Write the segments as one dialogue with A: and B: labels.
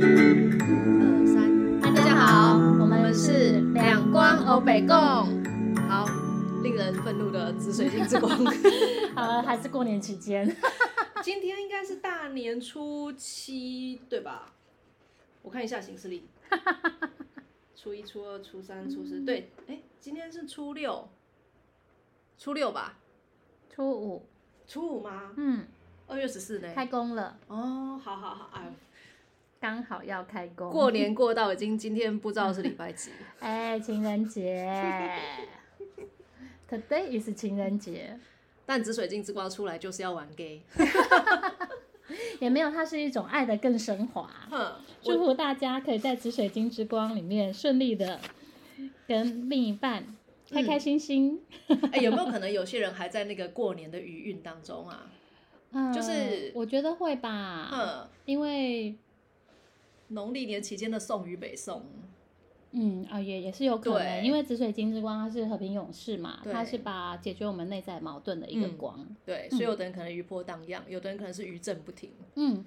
A: 二三，大家好，我们是两光欧北共。好，令人愤怒的紫水晶之 光。
B: 好了，还是过年期间，
A: 今天应该是大年初七，对吧？我看一下行事历，初一、初二、初三、初四，对，哎，今天是初六，初六吧？
B: 初五，
A: 初五吗？
B: 嗯，
A: 二月十四呢？
B: 开工了，
A: 哦，好好好，哎，
B: 刚好要开工。
A: 过，年过到已经今天不知道是礼拜 几。
B: 哎，情人节 ，Today is 情人节，
A: 但紫水晶之光出来就是要玩 gay，
B: 也没有，它是一种爱的更升华。
A: 哼，
B: 祝
A: 我
B: 福大家可以在紫水晶之光里面顺利的跟另一半开开心心。
A: 哎、有没有可能有些人还在那个过年的余韵当中啊？
B: 嗯
A: 就是
B: 我觉得会吧，
A: 哼，
B: 因为
A: 农历年期间的送与北送，
B: 嗯啊，也也是有可能，
A: 对
B: 因为紫水晶之光它是和平勇士嘛，
A: 对
B: 它是把解决我们内在矛盾的一个
A: 嗯
B: 光。
A: 对，所以有的人可能余波荡漾，有的人可能是余震不停。
B: 嗯，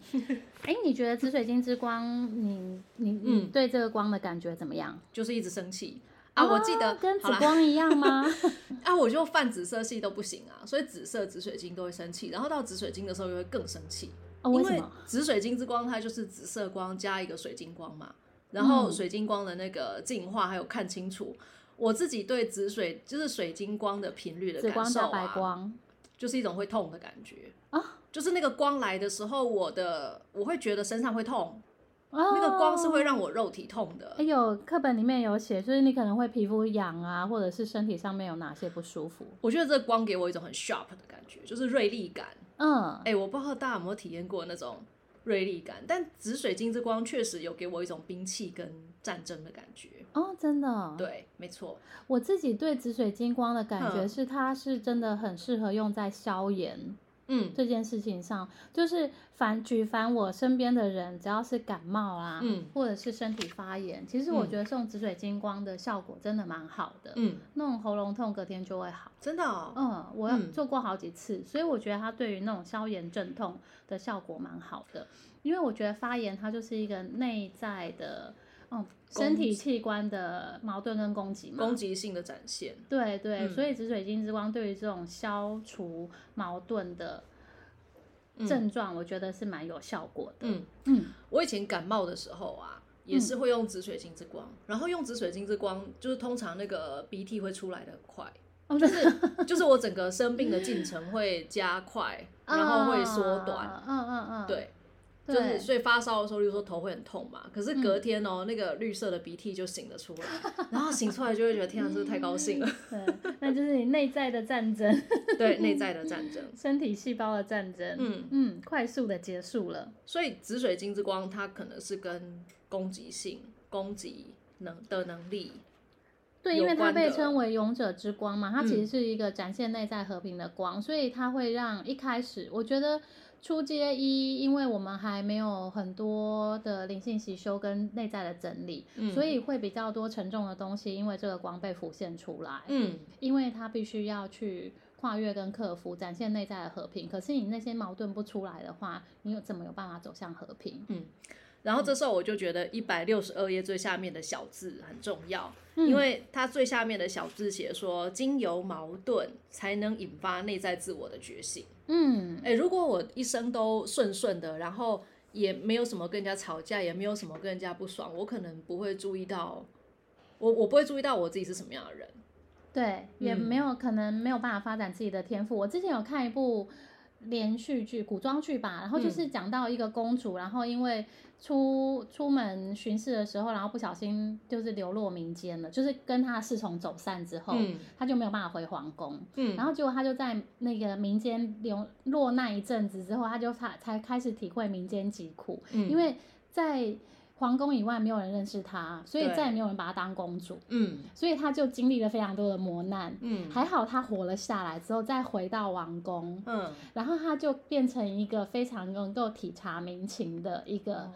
B: 哎、你觉得紫水晶之光，你你你
A: 嗯
B: 对这个光的感觉怎么样？
A: 就是一直生气啊！我记得
B: 哦跟
A: 好
B: 紫
A: 啦
B: 光一样吗？
A: 啊，我就泛紫色系都不行啊，所以紫色、紫水晶都会生气，然后到紫水晶的时候又会更生气，
B: 哦，
A: 因
B: 为什
A: 为
B: 么？
A: 紫水晶之光它就是紫色光加一个水晶光嘛，然后
B: 嗯
A: 水晶光的那个净化还有看清楚。我自己对紫水就是水晶光的频率的
B: 紫
A: 感
B: 光
A: 受
B: 加
A: 啊，
B: 白光，
A: 就是一种会痛的感觉
B: 啊
A: 就是那个光来的时候，我的我会觉得身上会痛，
B: 哦、
A: 那个光是会让我肉体痛的
B: 哎。有课本里面有写，就是你可能会皮肤痒啊，或者是身体上面有哪些不舒服。
A: 我觉得这个光给我一种很 sharp 的感觉，就是锐利感。
B: 嗯，
A: 哎、我不知道大家有没有体验过那种锐利感，但紫水晶之光确实有给我一种兵器跟战争的感觉。
B: 哦，真的哦，
A: 对，没错，
B: 我自己对紫水晶光的感觉
A: 嗯
B: 是，它是真的很适合用在消炎
A: 嗯
B: 这件事情上，就是凡举凡我身边的人，只要是感冒啊，
A: 嗯
B: 或者是身体发炎，其实我
A: 嗯
B: 觉得送紫水晶光的效果真的蛮好的，
A: 嗯，
B: 那种喉咙痛隔天就会好。
A: 真的、哦，
B: 嗯，我
A: 嗯
B: 做过好几次，所以我觉得它对于那种消炎镇痛的效果蛮好的，因为我觉得发炎它就是一个内在的，嗯，身体器官的矛盾跟攻击嘛。
A: 攻击性的展现。
B: 对对，
A: 嗯
B: 所以紫水晶之光对于这种消除矛盾的
A: 嗯
B: 症状，我觉得是蛮有效果的。
A: 嗯，
B: 嗯
A: 我以前感冒的时候啊，也是会用紫水晶之光，
B: 嗯
A: 然后用紫水晶之光，就是通常那个鼻涕会出来的很快，
B: 哦，
A: 就
B: 对
A: 是就是我整个生病的进程会加快， 然后会缩短。
B: 啊嗯嗯嗯，
A: 对，就
B: 对，
A: 是
B: 嗯
A: 所以发烧的时候，例如说头会很痛嘛，可是隔天哦，那个绿色的鼻涕就醒了出来， 然后醒出来就会觉得天啊，真的太高兴了。
B: 对，那就是你内在的战争，
A: 对，内在的战争。
B: 身体细胞的战争，
A: 嗯
B: 嗯，快速的结束了。
A: 所以紫水晶之光，它可能是跟攻击性、攻击能的能力，
B: 对，
A: 有
B: 因为它
A: 关
B: 被
A: 的
B: 称为勇者之光嘛，它
A: 嗯
B: 其实是一个展现内在和平的光，所以它会让一开始，我觉得初阶一，因为我们还没有很多的灵性习修跟内在的整理，
A: 嗯
B: 所以会比较多沉重的东西，因为这个光被浮现出来，
A: 嗯
B: 因为它必须要去跨越跟克服，展现内在的和平。可是你那些矛盾不出来的话，你有怎么有办法走向和平？
A: 嗯。然后这时候我就觉得一百六十二页最下面的小字很重要，
B: 嗯
A: 因为它最下面的小字写说，经由矛盾才能引发内在自我的觉醒。
B: 嗯，
A: 哎、如果我一生都顺顺的，然后也没有什么跟人家吵架，也没有什么跟人家不爽，我可能不会注意到，我我不会注意到我自己是什么样的人。
B: 对，也
A: 嗯
B: 没有、可能没有办法发展自己的天赋。我之前有看一部连续剧，古装剧吧，然后就
A: 嗯
B: 是讲到一个公主，然后因为出出门巡视的时候，然后不小心就是流落民间了，就是跟她的侍从走散之后，
A: 嗯
B: 她就没有办法回皇宫。
A: 嗯
B: 然后结果她就在那个民间流落难一阵子之后，她就才才开始体会民间疾苦，
A: 嗯
B: 因为在皇宫以外没有人认识她，所以
A: 对
B: 再也没有人把她当公主。
A: 嗯
B: 所以他就经历了非常多的磨难。
A: 嗯
B: 还好他活了下来之后，再回到王宫，
A: 嗯，
B: 然后他就变成一个非常能够体察民情的一个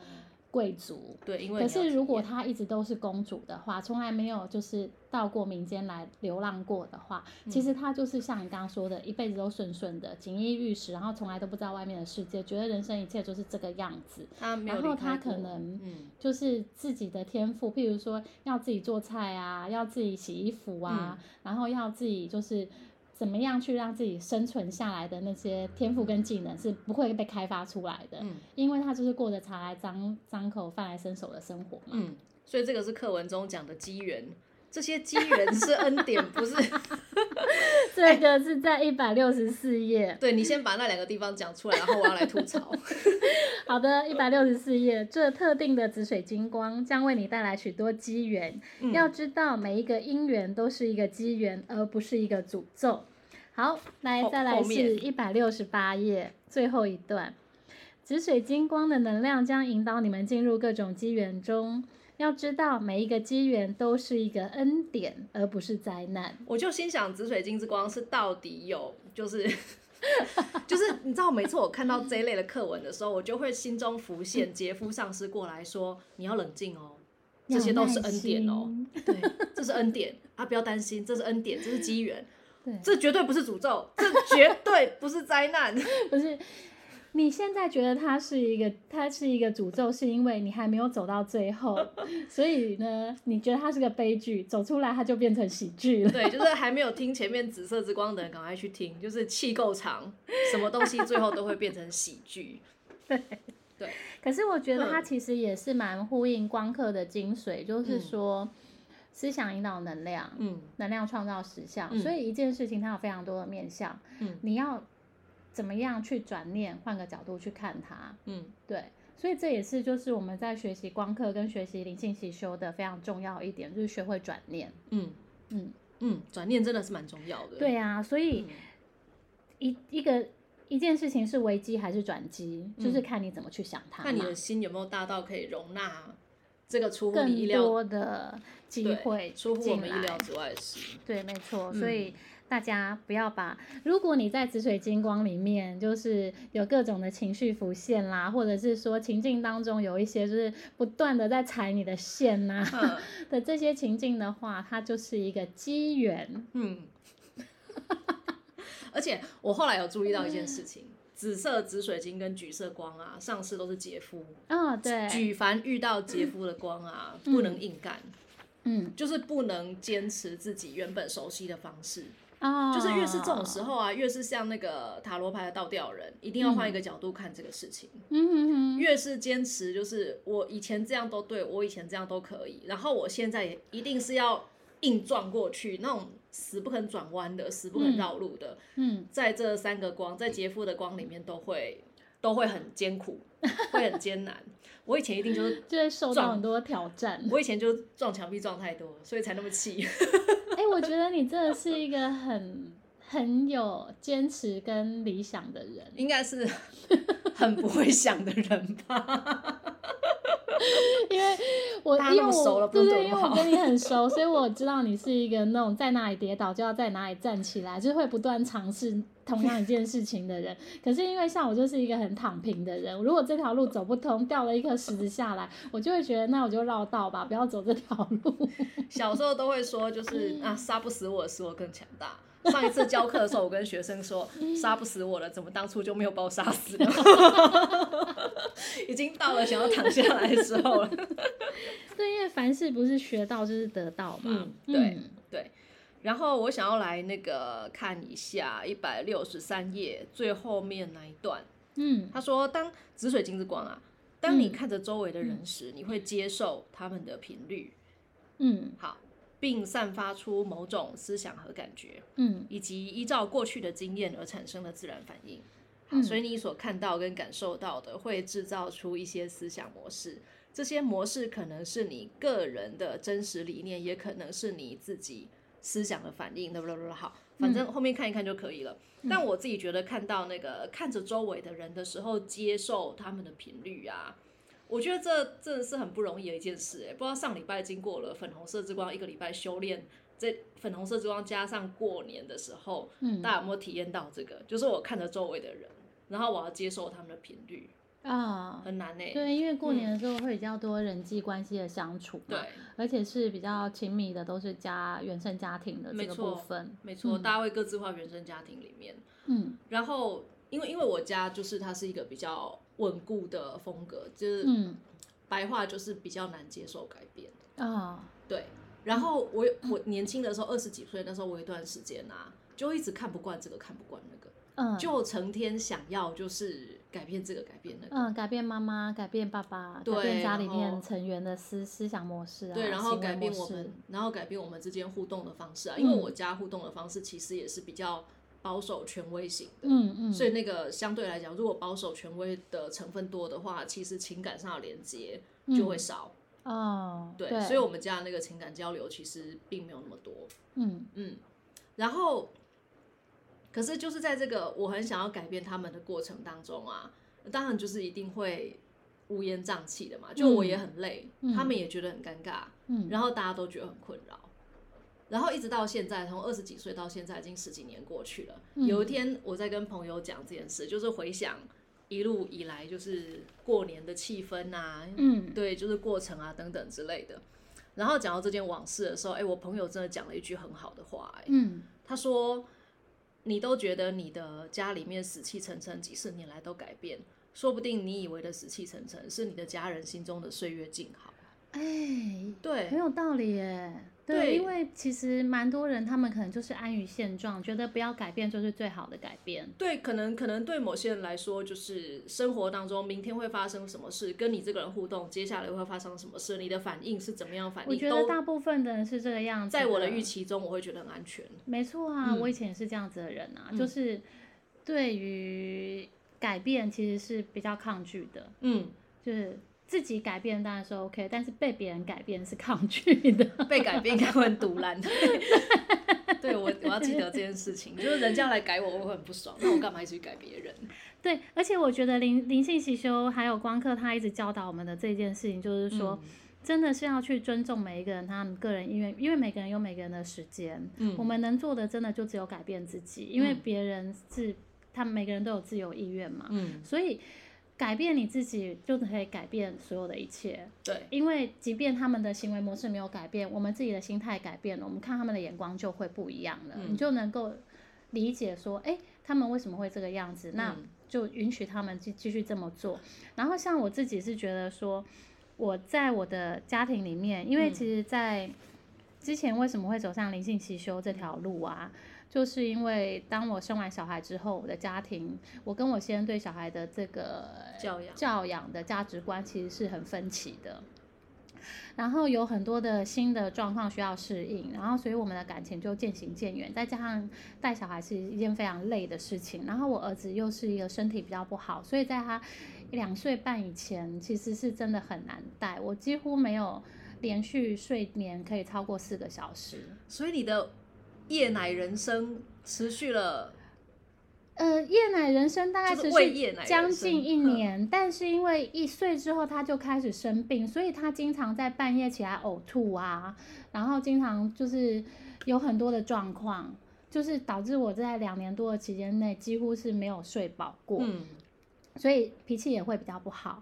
B: 贵族。
A: 对，哦因为
B: 可
A: 你要
B: 是如果
A: 体
B: 她一直都是公主的话，从来没有就是到过民间来流浪过的话，其
A: 嗯
B: 实她就是像你刚刚说的，一辈子都顺顺的，锦衣玉食，然后从来都不知道外面的世界，觉得人生一切就是这个样子。
A: 验他没有
B: 然后
A: 离开
B: 她可
A: 过
B: 能
A: 嗯
B: 就是自己的天赋，譬如说要自己做菜啊，要自己洗衣服啊，
A: 嗯
B: 然后要自己就是怎么样去让自己生存下来的那些天赋跟技能是不会被开发出来的，
A: 嗯
B: 因为他就是过着茶来张张口饭来伸手的生活嘛。
A: 嗯，所以这个是课文中讲的机缘，这些机缘是恩典，不是？
B: 这个是在一百六十四页，
A: 对你先把那两个地方讲出来，然后我要来吐槽。
B: 好的，一百六十四页，这特定的紫水晶光将为你带来许多机缘。
A: 嗯
B: 要知道，每一个因缘都是一个机缘，而不是一个诅咒。好，来
A: 后
B: 再来
A: 后
B: 是
A: 面
B: 一百六十八页最后一段。紫水晶光的能量将引导你们进入各种机缘中。要知道，每一个机缘都是一个恩典，而不是灾难。
A: 我就心想，紫水晶之光是到底有，就是 就是你知道，每次我看到这一类的课文的时候，我就会心中浮现杰夫上司过来说：“你要冷静哦，这些都是恩典哦， 对，这是恩典啊，不要担心，这是恩典，这是机缘，
B: 要有耐心。
A: 这绝对不是诅咒，这绝对不是灾难。
B: 对，不是。你现在觉得它是一个，它是一个诅咒，是因为你还没有走到最后， 所以呢，你觉得它是个悲剧，走出来它就变成喜剧了。
A: 对，就是还没有听前面紫色之光的人，赶快去听，就是气够长，什么东西最后都会变成喜剧。
B: 可是我觉得它
A: 嗯
B: 其实也是蛮呼应光课的精髓，就是
A: 嗯
B: 说思想引导能量，
A: 嗯
B: 能量创造实相。
A: 嗯
B: 所以一件事情它有非常多的面向，
A: 嗯
B: 你要怎么样去转念，换个角度去看它。
A: 嗯
B: 对，所以这也是就是我们在学习光课跟学习灵性习修的非常重要一点，就是学会转念。
A: 嗯
B: 嗯，
A: 嗯，转念真的是蛮重要的。
B: 对啊，所以
A: 嗯，
B: 一一个。一件事情是危机还是转机，就
A: 嗯
B: 是看你怎么去想它嘛。
A: 看你的心有没有大到可以容纳这个出乎你意
B: 更
A: 料
B: 多的机
A: 对
B: 会
A: 出乎我
B: 进
A: 们意
B: 来
A: 料。之外的 事。
B: 对，没错，
A: 嗯
B: 所以大家不要把，如果你在紫水晶光里面，就是有各种的情绪浮现啦，或者是说情境当中有一些就是不断的在踩你的线呐、
A: 嗯
B: 的这些情境的话，它就是一个机缘。
A: 嗯，而且我后来有注意到一件事情。紫色紫水晶跟橘色光啊，上次都是杰夫。
B: 哦，对，
A: 举凡遇到杰夫的光啊，不能硬干，
B: 嗯，
A: 就是不能坚持自己原本熟悉的方式。
B: 哦，
A: 就是越是这种时，候啊，越是像那个塔罗牌的倒吊人，一定要换一个角度看这个事情。
B: 嗯哼哼，
A: 越是坚持，就是我以前这样都对，我以前这样都可以，然后我现在也一定是要硬撞过去，那种死不肯转弯的，死不肯绕路的，
B: 嗯，
A: 在这三个光，在杰夫的光里面都会都会很艰苦，会很艰难。 我以前一定就是。
B: 就会受到
A: 撞
B: 很多挑战。
A: 我以前就撞墙壁撞太多，所以才那么气。
B: 哎、我觉得你真的是一个很很有坚持跟理想的人，
A: 应该是 很不会想的人吧？
B: 因为我
A: 大家
B: 因为
A: 那么熟
B: 我
A: 了不
B: 对
A: 用
B: 对，
A: 躲
B: 因为我
A: 好
B: 跟你很 熟，所以我知道你是一个那种在哪里跌倒就要在哪里站起来，就是会不断尝试同样一件事情的人。可是因为像我就是一个很躺平的人，如果这条路走不通，掉了一颗石子下来，我就会觉得那我就绕道吧，不要走这条路。
A: 小时候都会说，就是啊，杀不死我，使我更强大。上一次教课的时候，我跟学生说，
B: 嗯
A: 杀不死我了，怎么当初就没有把我杀死呢？ 已经到了想要躺下来的时候了。
B: 对，因为凡事不是学到就是得到嘛。
A: 嗯对对，然后我想要来那个看一下一百六十三页最后面那一段，
B: 嗯，
A: 他说：“当紫水晶之光啊，当你
B: 嗯
A: 看着周围的人时，你会接受他们的频率，
B: 嗯
A: 好，并散发出某种思想和感觉，
B: 嗯
A: 以及依照过去的经验而产生的自然反应。好
B: 嗯
A: 所以你所看到跟感受到的，会制造出一些思想模式。这些模式可能是你个人的真实理念，也可能是你自己思想的反应。啦啦啦啦好，反
B: 嗯
A: 正后面看一看就可以了。但我自己觉得看到那个看着周围的人的时候，接受他们的频率啊，我觉得这真的是很不容易的一件事、欸。不知道上礼拜经过了粉红色之光一个礼拜修炼，这粉红色之光加上过年的时候，
B: 嗯
A: 大家有没有体验到这个？就是我看着周围的人，然后我要接受他们的频率，
B: 啊、
A: 很难呢、
B: 对，因为过
A: 嗯
B: 年的时候会比较多人际关系的相处嘛，
A: 对，
B: 而且是比较亲密的，都是家原生家庭的这
A: 没
B: 个部
A: 错
B: 分，
A: 没错，
B: 嗯
A: 大家会各自化原生家庭里面。
B: 嗯
A: 然后，因为因为我家就是它是一个比较稳固的风格，就是
B: 嗯
A: 白话就是比较难接受改变。
B: 啊、
A: 对，然后我有我年轻的时候，二十几岁那时候，我有一段时间啊，就一直看不惯这个，看不惯那个，
B: 嗯，
A: 就成天想要就是改变这个，改变那个。
B: 嗯，改变妈妈，改变爸爸，改变
A: 对
B: 家里
A: 然
B: 面
A: 后
B: 成员的思思想模式啊，
A: 对，然后
B: 行为
A: 改变
B: 模
A: 我
B: 式
A: 们，然后改变我们之间互动的方式啊，因为
B: 嗯
A: 我家互动的方式其实也是比较保守权威型的，
B: 嗯嗯，
A: 所以那个相对来讲，如果保守权威的成分多的话，其实情感上的连接就会
B: 嗯
A: 少。
B: 哦，
A: 对，所以我们家的那个情感交流其实并没有那么多。
B: 嗯
A: 嗯，然后，可是就是在这个我很想要改变他们的过程当中啊，当然就是一定会乌烟瘴气的嘛，就我也很累，
B: 嗯
A: 他们也觉得很尴尬，
B: 嗯，
A: 然后大家都觉得很困扰。然后一直到现在，从二十几岁到现在，已经十几年过去了。
B: 嗯
A: 有一天，我在跟朋友讲这件事，就是回想一路以来，就是过年的气氛啊，
B: 嗯
A: 对，就是过程啊等等之类的。然后讲到这件往事的时候，哎、我朋友真的讲了一句很好的话、哎，
B: 嗯
A: 他说：“你都觉得你的家里面死气沉沉，几十年来都改变，说不定你以为的死气沉沉，是你的家人心中的岁月静好。
B: 哎，”很
A: 对，
B: 有道理耶。对，
A: 对
B: 因为其实蛮多人，他们可能就是安于现状，觉得不要改变就是最好的改变。
A: 对，可能可能对某些人来说，就是生活当中明天会发生什么事，跟你这个人互动，接下来会发生什么事，你的反应是怎么样反
B: 我
A: 应，
B: 觉得
A: 都
B: 大部分的人是这个样子。
A: 在我的预，期中，我会觉得很安全。
B: 没错啊，
A: 嗯
B: 我以前也是这样子的人啊，
A: 嗯
B: 就是对于改变其实是比较抗拒的。
A: 嗯，
B: 就是自己改变当然是 OK，但是被别人改变是抗拒的。
A: 被改变应该会很堵然。对， 对我我要记得这件事情，就是人家来改我，我会很不爽。那我干嘛一直去改别人？
B: 对，而且我觉得灵灵性习修还有光课，他一直教导我们的这件事情，就是说。
A: 嗯
B: 真的是要去尊重每一个人，他们个人因为因为每个人有每个人的时间，
A: 嗯
B: 我们能做的真的就只有改变自己，因为
A: 嗯
B: 别人是他们每个人都有自由意愿嘛，
A: 嗯，
B: 所以改变你自己就可以改变所有的一切。
A: 对，
B: 因为即便他们的行为模式没有改变，我们自己的心态改变了，我们看他们的眼光就会不一样了，
A: 嗯
B: 你就能够理解说，哎，他们为什么会这个样子？那
A: 嗯
B: 就允许他们继继续这么做。然后像我自己是觉得说，我在我的家庭里面，因为
A: 嗯
B: 其实，在之前为什么会走上灵性习修这条路啊？就是因为当我生完小孩之后，我的家庭，我跟我先生对小孩的这个
A: 教养
B: 教养的价值观其实是很分歧的。然后有很多的新的状况需要适应，然后所以我们的感情就渐行渐远。再加上带小孩是一件非常累的事情，然后我儿子又是一个身体比较不好，所以在他两岁半以前其实是真的很难带，我几乎没有连续睡眠可以超过四个小时。
A: 所以你的夜奶人生持续了，
B: 呃，夜奶人生大概
A: 就
B: 持
A: 是喂夜
B: 续
A: 奶人嗯
B: 将近
A: 生
B: 一
A: 哼
B: 年，但是因为一岁之后他就开始生病，所以他经常在半夜起来呕吐啊，然后经常就是有很多的状况，就是导致我在两年多的期间内几乎是没有睡饱过。
A: 嗯
B: 所以脾气也会比较不好。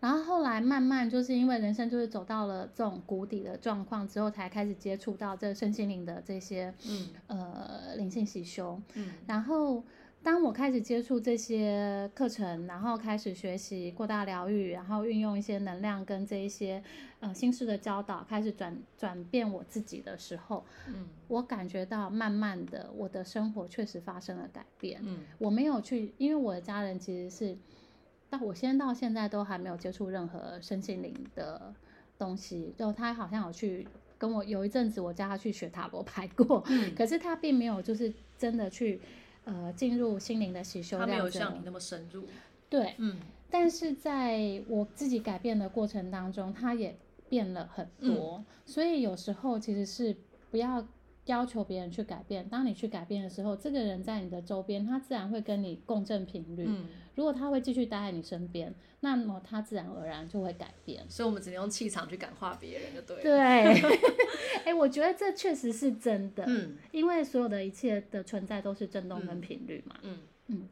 B: 然后后来慢慢就是因为人生就是走到了这种谷底的状况之后，才开始接触到这身心灵的这些
A: 嗯
B: 呃灵性习修。
A: 嗯
B: 然后当我开始接触这些课程，然后开始学习扩大疗愈，然后运用一些能量跟这一些呃心事的教导，开始转转变我自己的时候，
A: 嗯
B: 我感觉到慢慢的我的生活确实发生了改变。
A: 嗯
B: 我没有去，因为我的家人其实是到我先到现在都还没有接触任何身心灵的东西，就他好像有去跟我有一阵子我叫他去学塔罗牌过，
A: 嗯，
B: 可是他并没有就是真的去呃进入心灵的习修
A: 他
B: 这
A: 没有
B: 样子
A: 像你那
B: 的。
A: 么深入，
B: 对，
A: 嗯
B: 但是在我自己改变的过程当中，他也变了很
A: 嗯
B: 多，所以有时候其实是不要要求别人去改变。当你去改变的时候，这个人在你的周边，他自然会跟你共振频率。
A: 嗯，
B: 如果他会继续待在你身边，那么他自然而然就会改变。
A: 所以我们只能用气场去感化别人，就对了。
B: 对，哎、我觉得这确实是真的，
A: 嗯
B: 因为所有的一切的存在都是振动跟
A: 嗯
B: 频率嘛。
A: 嗯
B: 嗯
A: 嗯，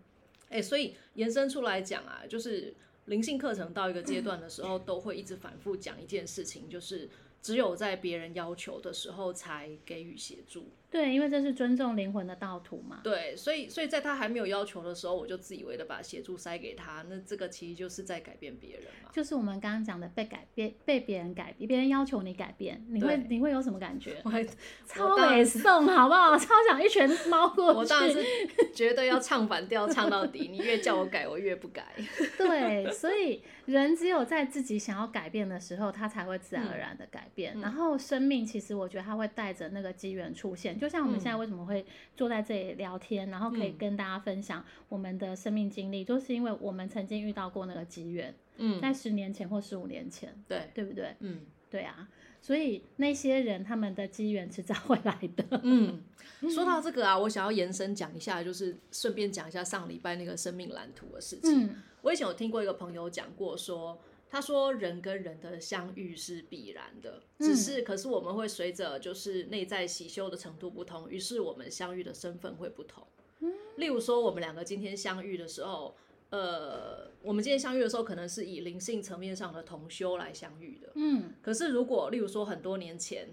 A: 哎、所以延伸出来讲啊，就是灵性课程到一个阶段的时候，都会一直反复讲一件事情，就是只有在别人要求的时候才给予协助。
B: 对，因为这是尊重灵魂的道途嘛。
A: 对，所以所以在他还没有要求的时候，我就自以为的把协助塞给他，那这个其实就是在改变别人嘛。
B: 就是我们刚刚讲的被改变，被别人改变，别人要求你改变，你会
A: 对
B: 你会有什么感觉？
A: 我还
B: 超
A: 当然
B: 美送好不好？ 超想一拳猫过
A: 我当然
B: 去。
A: 哦是觉得要唱反调唱到底，你越叫我改，我越不改。
B: 对，所以人只有在自己想要改变的时候，他才会自然而然的改变。
A: 嗯
B: 然后生命其实我觉得他会带着那个机缘出现，就像我们现在为什么会坐在这里聊天，然后可以
A: 嗯
B: 跟大家分享我们的生命经历，就是因为我们曾经遇到过那个机缘，
A: 嗯，
B: 在十年前或十五年前，
A: 对，
B: 对不对？
A: 嗯
B: 对啊，所以那些人他们的机缘迟早会来的。
A: 嗯。说到这个啊，我想要延伸讲一下，就是顺便讲一下上礼拜那个生命蓝图的事情。
B: 嗯，
A: 我以前有听过一个朋友讲过说。他说：“人跟人的相遇是必然的，只
B: 嗯
A: 是可是我们会随着就是内在喜修的程度不同，于是我们相遇的身份会不同。
B: 嗯
A: 例如说，我们两个今天相遇的时候，呃，我们今天相遇的时候，可能是以灵性层面上的同修来相遇的。
B: 嗯，
A: 可是如果例如说很多年前，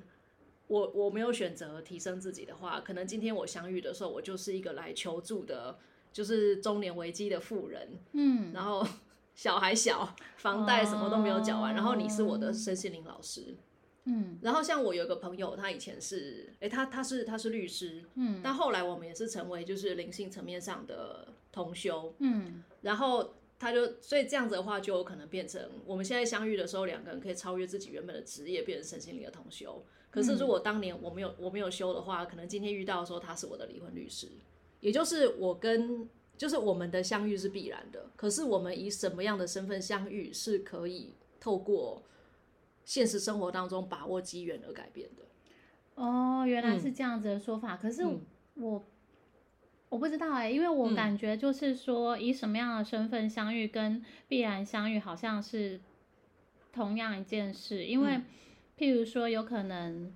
A: 我我没有选择提升自己的话，可能今天我相遇的时候，我就是一个来求助的，就是中年危机的妇人，
B: 嗯，
A: 然后小孩小，房贷什么都没有缴完，然后你是我的
B: 哦
A: 身心灵老师。
B: 嗯，
A: 然后像我有一个朋友，他以前是，诶，他他是他是律师，
B: 嗯，
A: 但后来我们也是成为就是灵性层面上的同修，
B: 嗯，
A: 然后他就，所以这样子的话，就有可能变成我们现在相遇的时候，两个人可以超越自己原本的职业，变成身心灵的同修。可是如果当年我没有我没有修的话，可能今天遇到的时候，他是我的离婚律师，也就是我跟就是我们的相遇是必然的。可是我们以什么样的身份相遇，是可以透过现实生活当中把握机缘而改变的。
B: 哦，原来
A: 嗯
B: 是这样子的说法。可是
A: 嗯
B: 我我不知道哎、因为我
A: 嗯
B: 感觉就是说，以什么样的身份相遇跟必然相遇，好像是同样一件事。因为
A: 嗯
B: 譬如说，有可能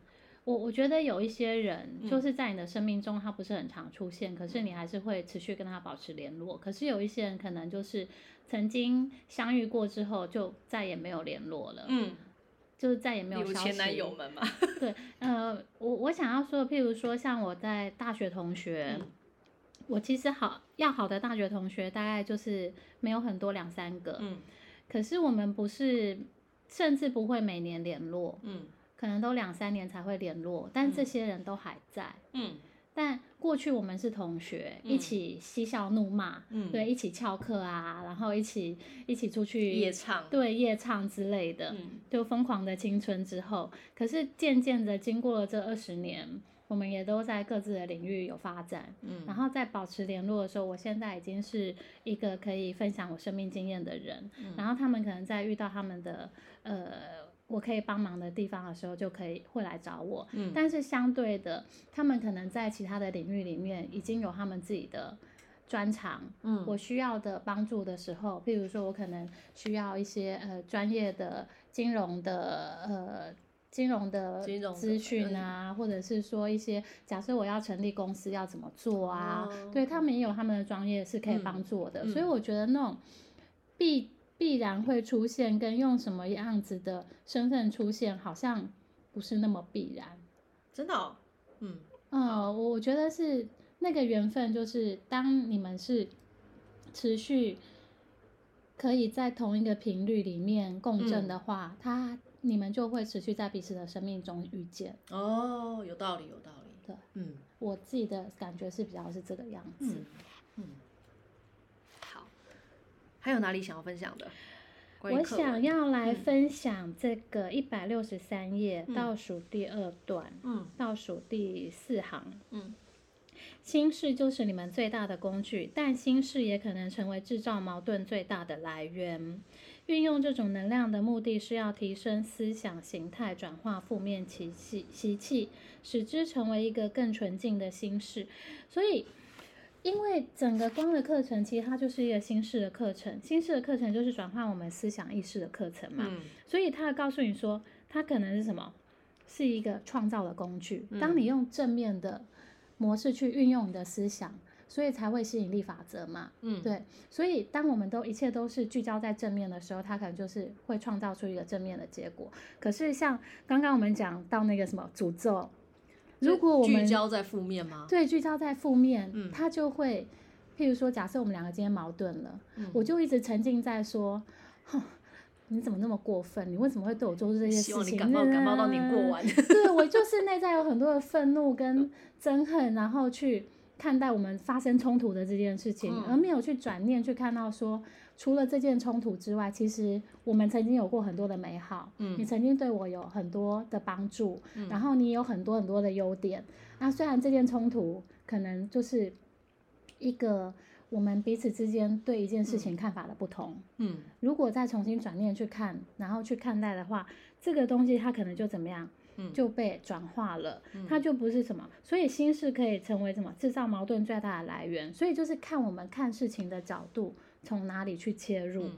B: 我我觉得有一些人，就
A: 嗯
B: 是在你的生命中，他不是很常出现，可是你还是会持续跟他保持联络。可是有一些人，可能就是曾经相遇过之后，就再也没有联络了，
A: 嗯，
B: 就是再也没
A: 例
B: 有
A: 如
B: 消
A: 前男
B: 息
A: 友们嘛，
B: 呃，我我想要说，譬如说，像我在大学同学，
A: 嗯
B: 我其实好要好的大学同学，大概就是没有很多两三个，
A: 嗯
B: 可是我们不是，甚至不会每年联络，
A: 嗯
B: 可能都两三年才会联络，但这些人都还在。
A: 嗯
B: 但过去我们是同学，
A: 嗯
B: 一起嬉笑怒骂，
A: 嗯，
B: 对，，一起翘课啊，然后一起一起出去
A: 夜唱，
B: 对夜唱之类的，
A: 嗯
B: 就疯狂的青春之后，可是渐渐的经过了这二十年，我们也都在各自的领域有发展。
A: 嗯，
B: 然后在保持联络的时候，我现在已经是一个可以分享我生命经验的人。
A: 嗯
B: 然后他们可能在遇到他们的呃，我可以帮忙的地方的时候，就可以会来找我。
A: 嗯
B: 但是相对的，他们可能在其他的领域里面已经有他们自己的专长，
A: 嗯
B: 我需要的帮助的时候，譬如说我可能需要一些呃专业的金融的呃金融的
A: 金融的嗯
B: 资讯啊，或者是说一些假设我要成立公司要怎么做啊，
A: 哦
B: 对他们也有他们的专业是可以
A: 嗯
B: 帮助我的，
A: 嗯
B: 所以我觉得那种必必然会出现跟用什么样子的身份出现，好像不是那么必然。
A: 真的、哦，嗯
B: 呃，我我觉得是那个缘分，就是当你们是持续可以在同一个频率里面共振
A: 嗯
B: 的话，它你们就会持续在彼此的生命中遇见。
A: 哦，有道理，有道理。
B: 对，
A: 嗯
B: 我自己的感觉是比较是这个样子。
A: 嗯嗯，好，还有哪里想要分享的？关于
B: 我
A: 课文
B: 想，要来
A: 嗯
B: 分享这个一百六十三页
A: 嗯
B: 倒数第二段，
A: 嗯
B: 倒数第四行。
A: 嗯
B: 心事就是你们最大的工具，但心事也可能成为制造矛盾最大的来源。运用这种能量的目的是要提升思想形态，转化负面习气，习气使之成为一个更纯净的心事。所以，因为整个光的课程其实它就是一个心事的课程，心事的课程就是转化我们思想意识的课程嘛。
A: 嗯
B: 所以他告诉你说，它可能是什么？是一个创造的工具
A: 嗯。
B: 当你用正面的模式去运用你的思想，所以才会吸引力法则嘛。
A: 嗯，
B: 对，所以当我们都一切都是聚焦在正面的时候，它可能就是会创造出一个正面的结果。可是像刚刚我们讲到那个什么诅咒，
A: 所以
B: 如果我们
A: 聚焦在负面吗？
B: 对聚焦在负面，
A: 嗯
B: 它就会，譬如说，假设我们两个今天矛盾了，
A: 嗯
B: 我就一直沉浸在说，哼，你怎么那么过分？你为什么会对我做出这些
A: 希
B: 事
A: 望你
B: 情？嗯
A: 感冒感冒到年 过 完
B: 对我就是内在有很多的愤怒跟憎恨，然后去看待我们发生冲突的这件事情，
A: 嗯
B: 而没有去转念去看到说，除了这件冲突之外，其实我们曾经有过很多的美好，
A: 嗯
B: 你曾经对我有很多的帮助，
A: 嗯
B: 然后你有很多很多的优点。那虽然这件冲突可能就是一个我们彼此之间对一件事情看法的不同，
A: 嗯
B: 如果再重新转念去看，然后去看待的话，这个东西它可能就怎么样？
A: 嗯
B: 就被转化了，
A: 嗯
B: 它就不是什么，所以心是可以成为什么制造矛盾最大的来源，所以就是看我们看事情的角度从哪里去切 入，
A: 嗯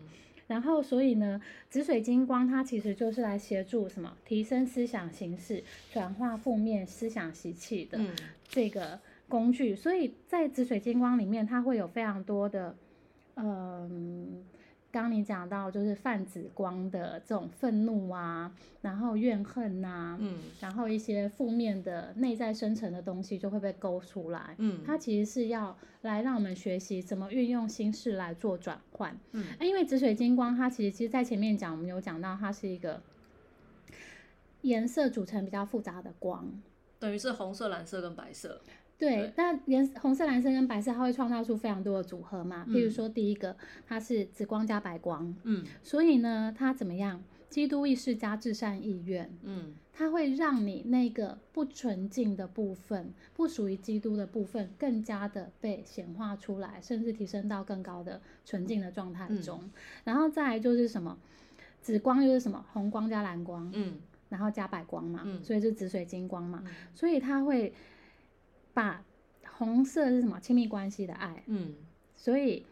B: 然后所以呢，紫水晶光它其实就是来协助什么提升思想形式，转化负面思想习气的
A: 嗯
B: 这个工具，所以在紫水晶光里面，它会有非常多的，嗯，刚刚你讲到就是泛紫光的这种愤怒啊，然后怨恨呐、
A: 嗯
B: 然后一些负面的内在深层的东西就会被勾出来。
A: 嗯，
B: 它其实是要来让我们学习怎么运用心事来做转换。
A: 嗯
B: 啊因为紫水晶光，它其实其实在前面讲，我们有讲到它是一个颜色组成比较复杂的光。
A: 等于是红色、蓝色跟白色。对
B: 对，那颜红色、蓝色跟白色，它会创造出非常多的组合嘛。比如
A: 嗯
B: 说第一个，它是紫光加白光，
A: 嗯
B: 所以呢，它怎么样？基督意识加至善意愿，
A: 嗯
B: 它会让你那个不纯净的部分、不属于基督的部分，更加的被显化出来，甚至提升到更高的纯净的状态
A: 嗯
B: 中。然后再来就是什么？紫光又是什么？红光加蓝光，
A: 嗯
B: 然后加白光嘛，
A: 嗯
B: 所以是紫水晶光嘛。
A: 嗯
B: 所以他会把红色是什么亲密关系的爱，
A: 嗯
B: 所以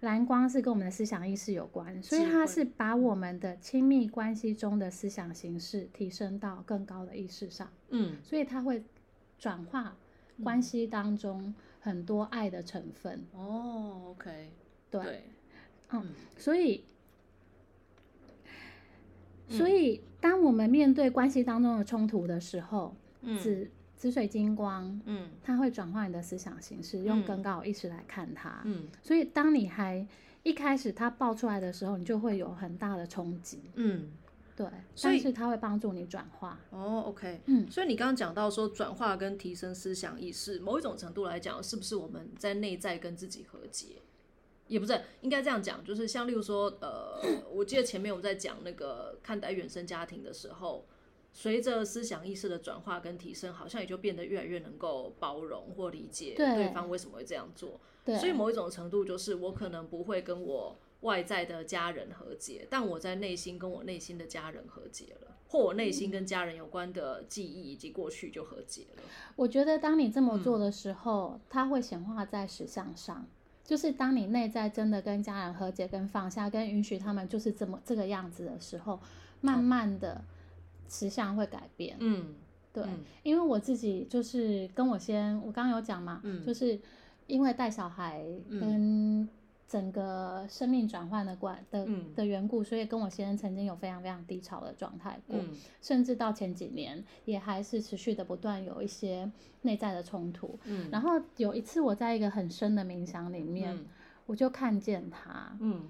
B: 蓝光是跟我们的思想意识有关，所以
A: 智
B: 它
A: 慧嗯
B: 是把我们的亲密关系中的思想形式提升到更高的意识上，
A: 嗯
B: 所以它会转化关
A: 嗯
B: 系当中很多爱的成分，
A: 哦，OK，
B: 对，
A: 对，
B: 嗯
A: 嗯，
B: 所以。所
A: 嗯
B: 以，当我们面对关系当中的冲突的时候，
A: 嗯
B: 紫紫水晶光，
A: 嗯
B: 它会转化你的思想形式，用
A: 嗯
B: 更高的意识来看它。
A: 嗯
B: 所以，当你还一开始它爆出来的时候，你就会有很大的冲击。
A: 嗯，
B: 对，
A: 所
B: 但
A: 以
B: 是它会帮助你转化。
A: 哦，OK，
B: 嗯，
A: 所以你刚刚讲到说转化跟提升思想意识，某一种程度来讲，是不是我们在内在跟自己和解？也不是，应该这样讲，就是像例如说，呃，我记得前面我们在讲那个看待原生家庭的时候，随着思想意识的转化跟提升，好像也就变得越来越能够包容或理解
B: 对
A: 对方为什么会这样做。
B: 对，
A: 所以某一种程度就是我可能不会跟我外在的家人和解，但我在内心跟我内心的家人和解了，或我内
B: 嗯
A: 心跟家人有关的记忆以及过去就和解了。
B: 我觉得当你这
A: 嗯
B: 么做的时候，它会显化在实相上。就是当你内在真的跟家人和解、跟放下、跟允许他们就是这么这个样子的时候，慢慢的实相会改变。
A: 嗯，
B: 对，
A: 嗯
B: 因为我自己就是跟我先，我刚刚有讲嘛，
A: 嗯
B: 就是因为带小孩
A: 嗯
B: 跟整个生命转换的关的、
A: 嗯
B: 的缘故，所以跟我先生曾经有非常非常低潮的状态过，
A: 嗯
B: 甚至到前几年也还是持续的不断有一些内在的冲突。
A: 嗯
B: 然后有一次我在一个很深的冥想里面，
A: 嗯
B: 我就看见他，
A: 嗯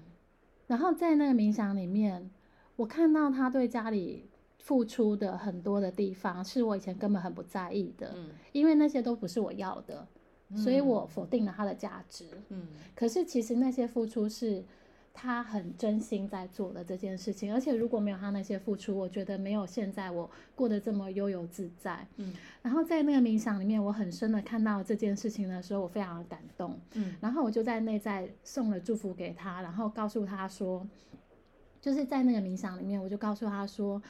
B: 然后在那个冥想里面，我看到他对家里付出的很多的地方，是我以前根本很不在意的，
A: 嗯
B: 因为那些都不是我要的，所以
A: 嗯
B: 我否定了他的价值。
A: 嗯
B: 可是其实那些付出是他很真心在做的这件事情，而且如果没有他那些付出，我觉得没有现在我过得这么悠游自在。
A: 嗯
B: 然后在那个冥想里面，我很深的看到这件事情的时候，我非常的感动。
A: 嗯
B: 然后我就在内在送了祝福给他，然后告诉他说，就是在那个冥想里面，我就告诉他说，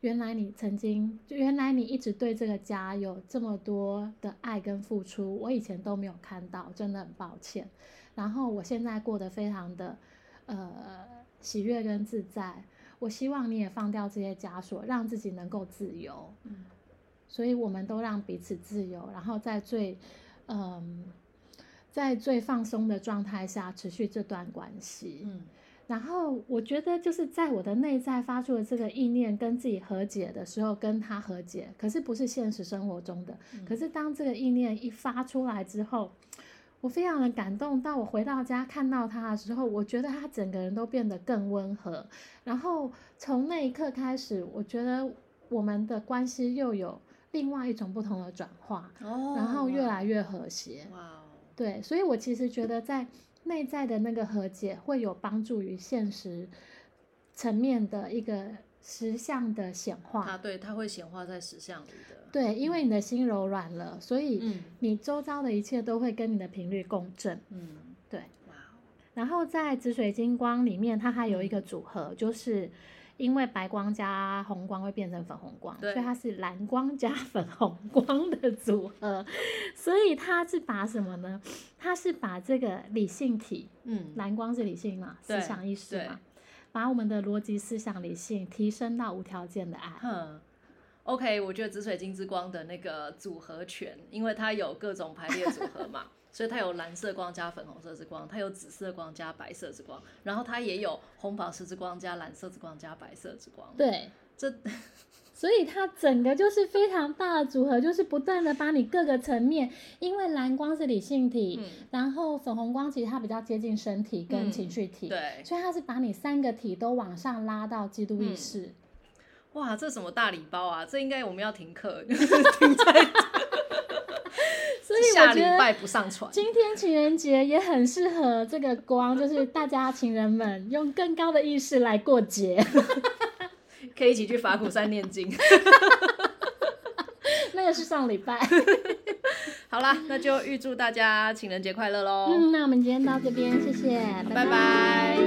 B: 原来你曾经，就原来你一直对这个家有这么多的爱跟付出，我以前都没有看到，真的很抱歉。然后我现在过得非常的，呃，喜悦跟自在。我希望你也放掉这些枷锁，让自己能够自由。
A: 嗯
B: 所以我们都让彼此自由，然后在最，嗯，在最放松的状态下持续这段关系。
A: 嗯，
B: 然后我觉得就是在我的内在发出了这个意念，跟自己和解的时候，跟他和解，可是不是现实生活中的。
A: 嗯
B: 可是当这个意念一发出来之后，我非常的感动。到我回到家看到他的时候，我觉得他整个人都变得更温和。然后从那一刻开始，我觉得我们的关系又有另外一种不同的转化，
A: 哦
B: 然后越来越和谐。
A: 哇哦，
B: 对，所以我其实觉得在内在的那个和解会有帮助于现实层面的一个实相的显化。
A: 它对它会显化在实相里的，
B: 对，因为你的心柔软了，所以
A: 嗯
B: 你周遭的一切都会跟你的频率共振。
A: 嗯，
B: 对，
A: 哇哦，
B: 然后在紫水晶光里面，它还有一个
A: 嗯
B: 组合，就是因为白光加红光会变成粉红光，所以
A: 对
B: 它是蓝光加粉红光的组合。 所以它是把什么呢？它是把这个理性体，
A: 嗯，
B: 蓝光是理性嘛，思
A: 对
B: 想意识
A: 对
B: 嘛，把我们的逻辑思想理性提升到无条件的爱。
A: 哼，OK，我觉得紫水晶之光的那个组合拳，因为它有各种排列组合嘛， 所以它有蓝色光加粉红色之光，它有紫色光加白色之光，然后它也有红宝石之光加蓝色之光加白色之光。，
B: 对，
A: 这
B: 所以它整个就是非常大的组合，就是不断的把你各个层面，因为蓝光是理性体，
A: 嗯，
B: 然后粉红光其实它比较接近身体跟
A: 嗯
B: 情绪体，
A: 对，
B: 所以它是把你三个体都往上拉到基督意
A: 嗯
B: 识。
A: 哇，这什么大礼包啊？这应该我们要停课，就是停在
B: 所以我
A: 下
B: 觉
A: 礼
B: 得
A: 拜不上传。
B: 今天情人节也很适合这个光，就是大家情人们用更高的意识来过节。
A: 可以一起去法鼓山念经。
B: 那个是上礼拜。
A: 好啦，那就预祝大家情人节快乐喽！
B: 嗯，那我们今天到这边，谢谢，
A: 拜拜
B: 拜